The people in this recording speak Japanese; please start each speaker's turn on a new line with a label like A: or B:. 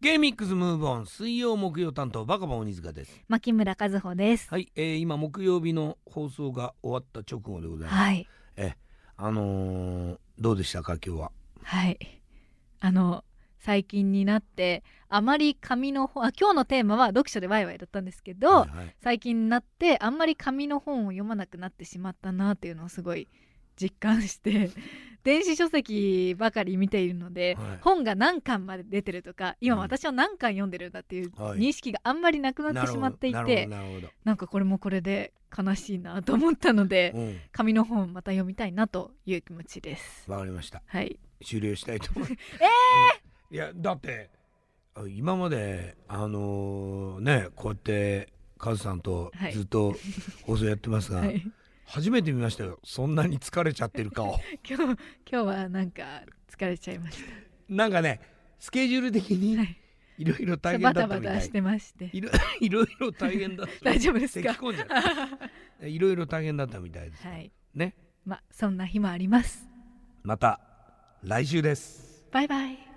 A: ゲーミックスムーブオン水曜木曜担当バカボン鬼塚です
B: 牧村和穂です。
A: はい、えー、今木曜日の放送が終わった直後でございます、
B: はい。
A: あのー、どうでしたか今日は
B: はい。あの、最近になって、あまり紙の本、あ、今日のテーマは読書でワイワイだったんですけど、
A: はいはい
B: 最近になって、あんまり紙の本を読まなくなってしまったなっていうのをすごい実感して、 電子書籍ばかり見ているので、
A: はい
B: 本が何巻まで出てるとか、今
A: うん
B: 私は何巻読んでるんだっていう
A: はい
B: 認識があんまりなくなってしまっていて、
A: なるほどなるほど
B: なんかこれもこれで悲しいなと思ったので、
A: なるほどうん
B: 紙の本また読みたいなという気持ちです。
A: わかりました
B: はい。
A: 終了したいと 思いますええいやだってあ今まであのー、ねこうやってカズさんとずっと放送やってますが、
B: はい、
A: 初めて見ましたよそんなに疲れちゃってる顔
B: 今日今日はなんか疲れちゃいまし
A: なんかねスケジュール的
B: た。は
A: に
B: い。
A: いろいろ
B: ちょ
A: 大変
B: バ
A: だ
B: タ
A: った
B: バ
A: みた
B: タ
A: い
B: してまして。
A: いろ いろいろ大変だった
B: 大丈夫です
A: 咳
B: か。
A: 込んじゃういろいろ大変だったみたいです、
B: はい。
A: ね
B: まあそんな日もあります。
A: また来週です
B: バイバイ。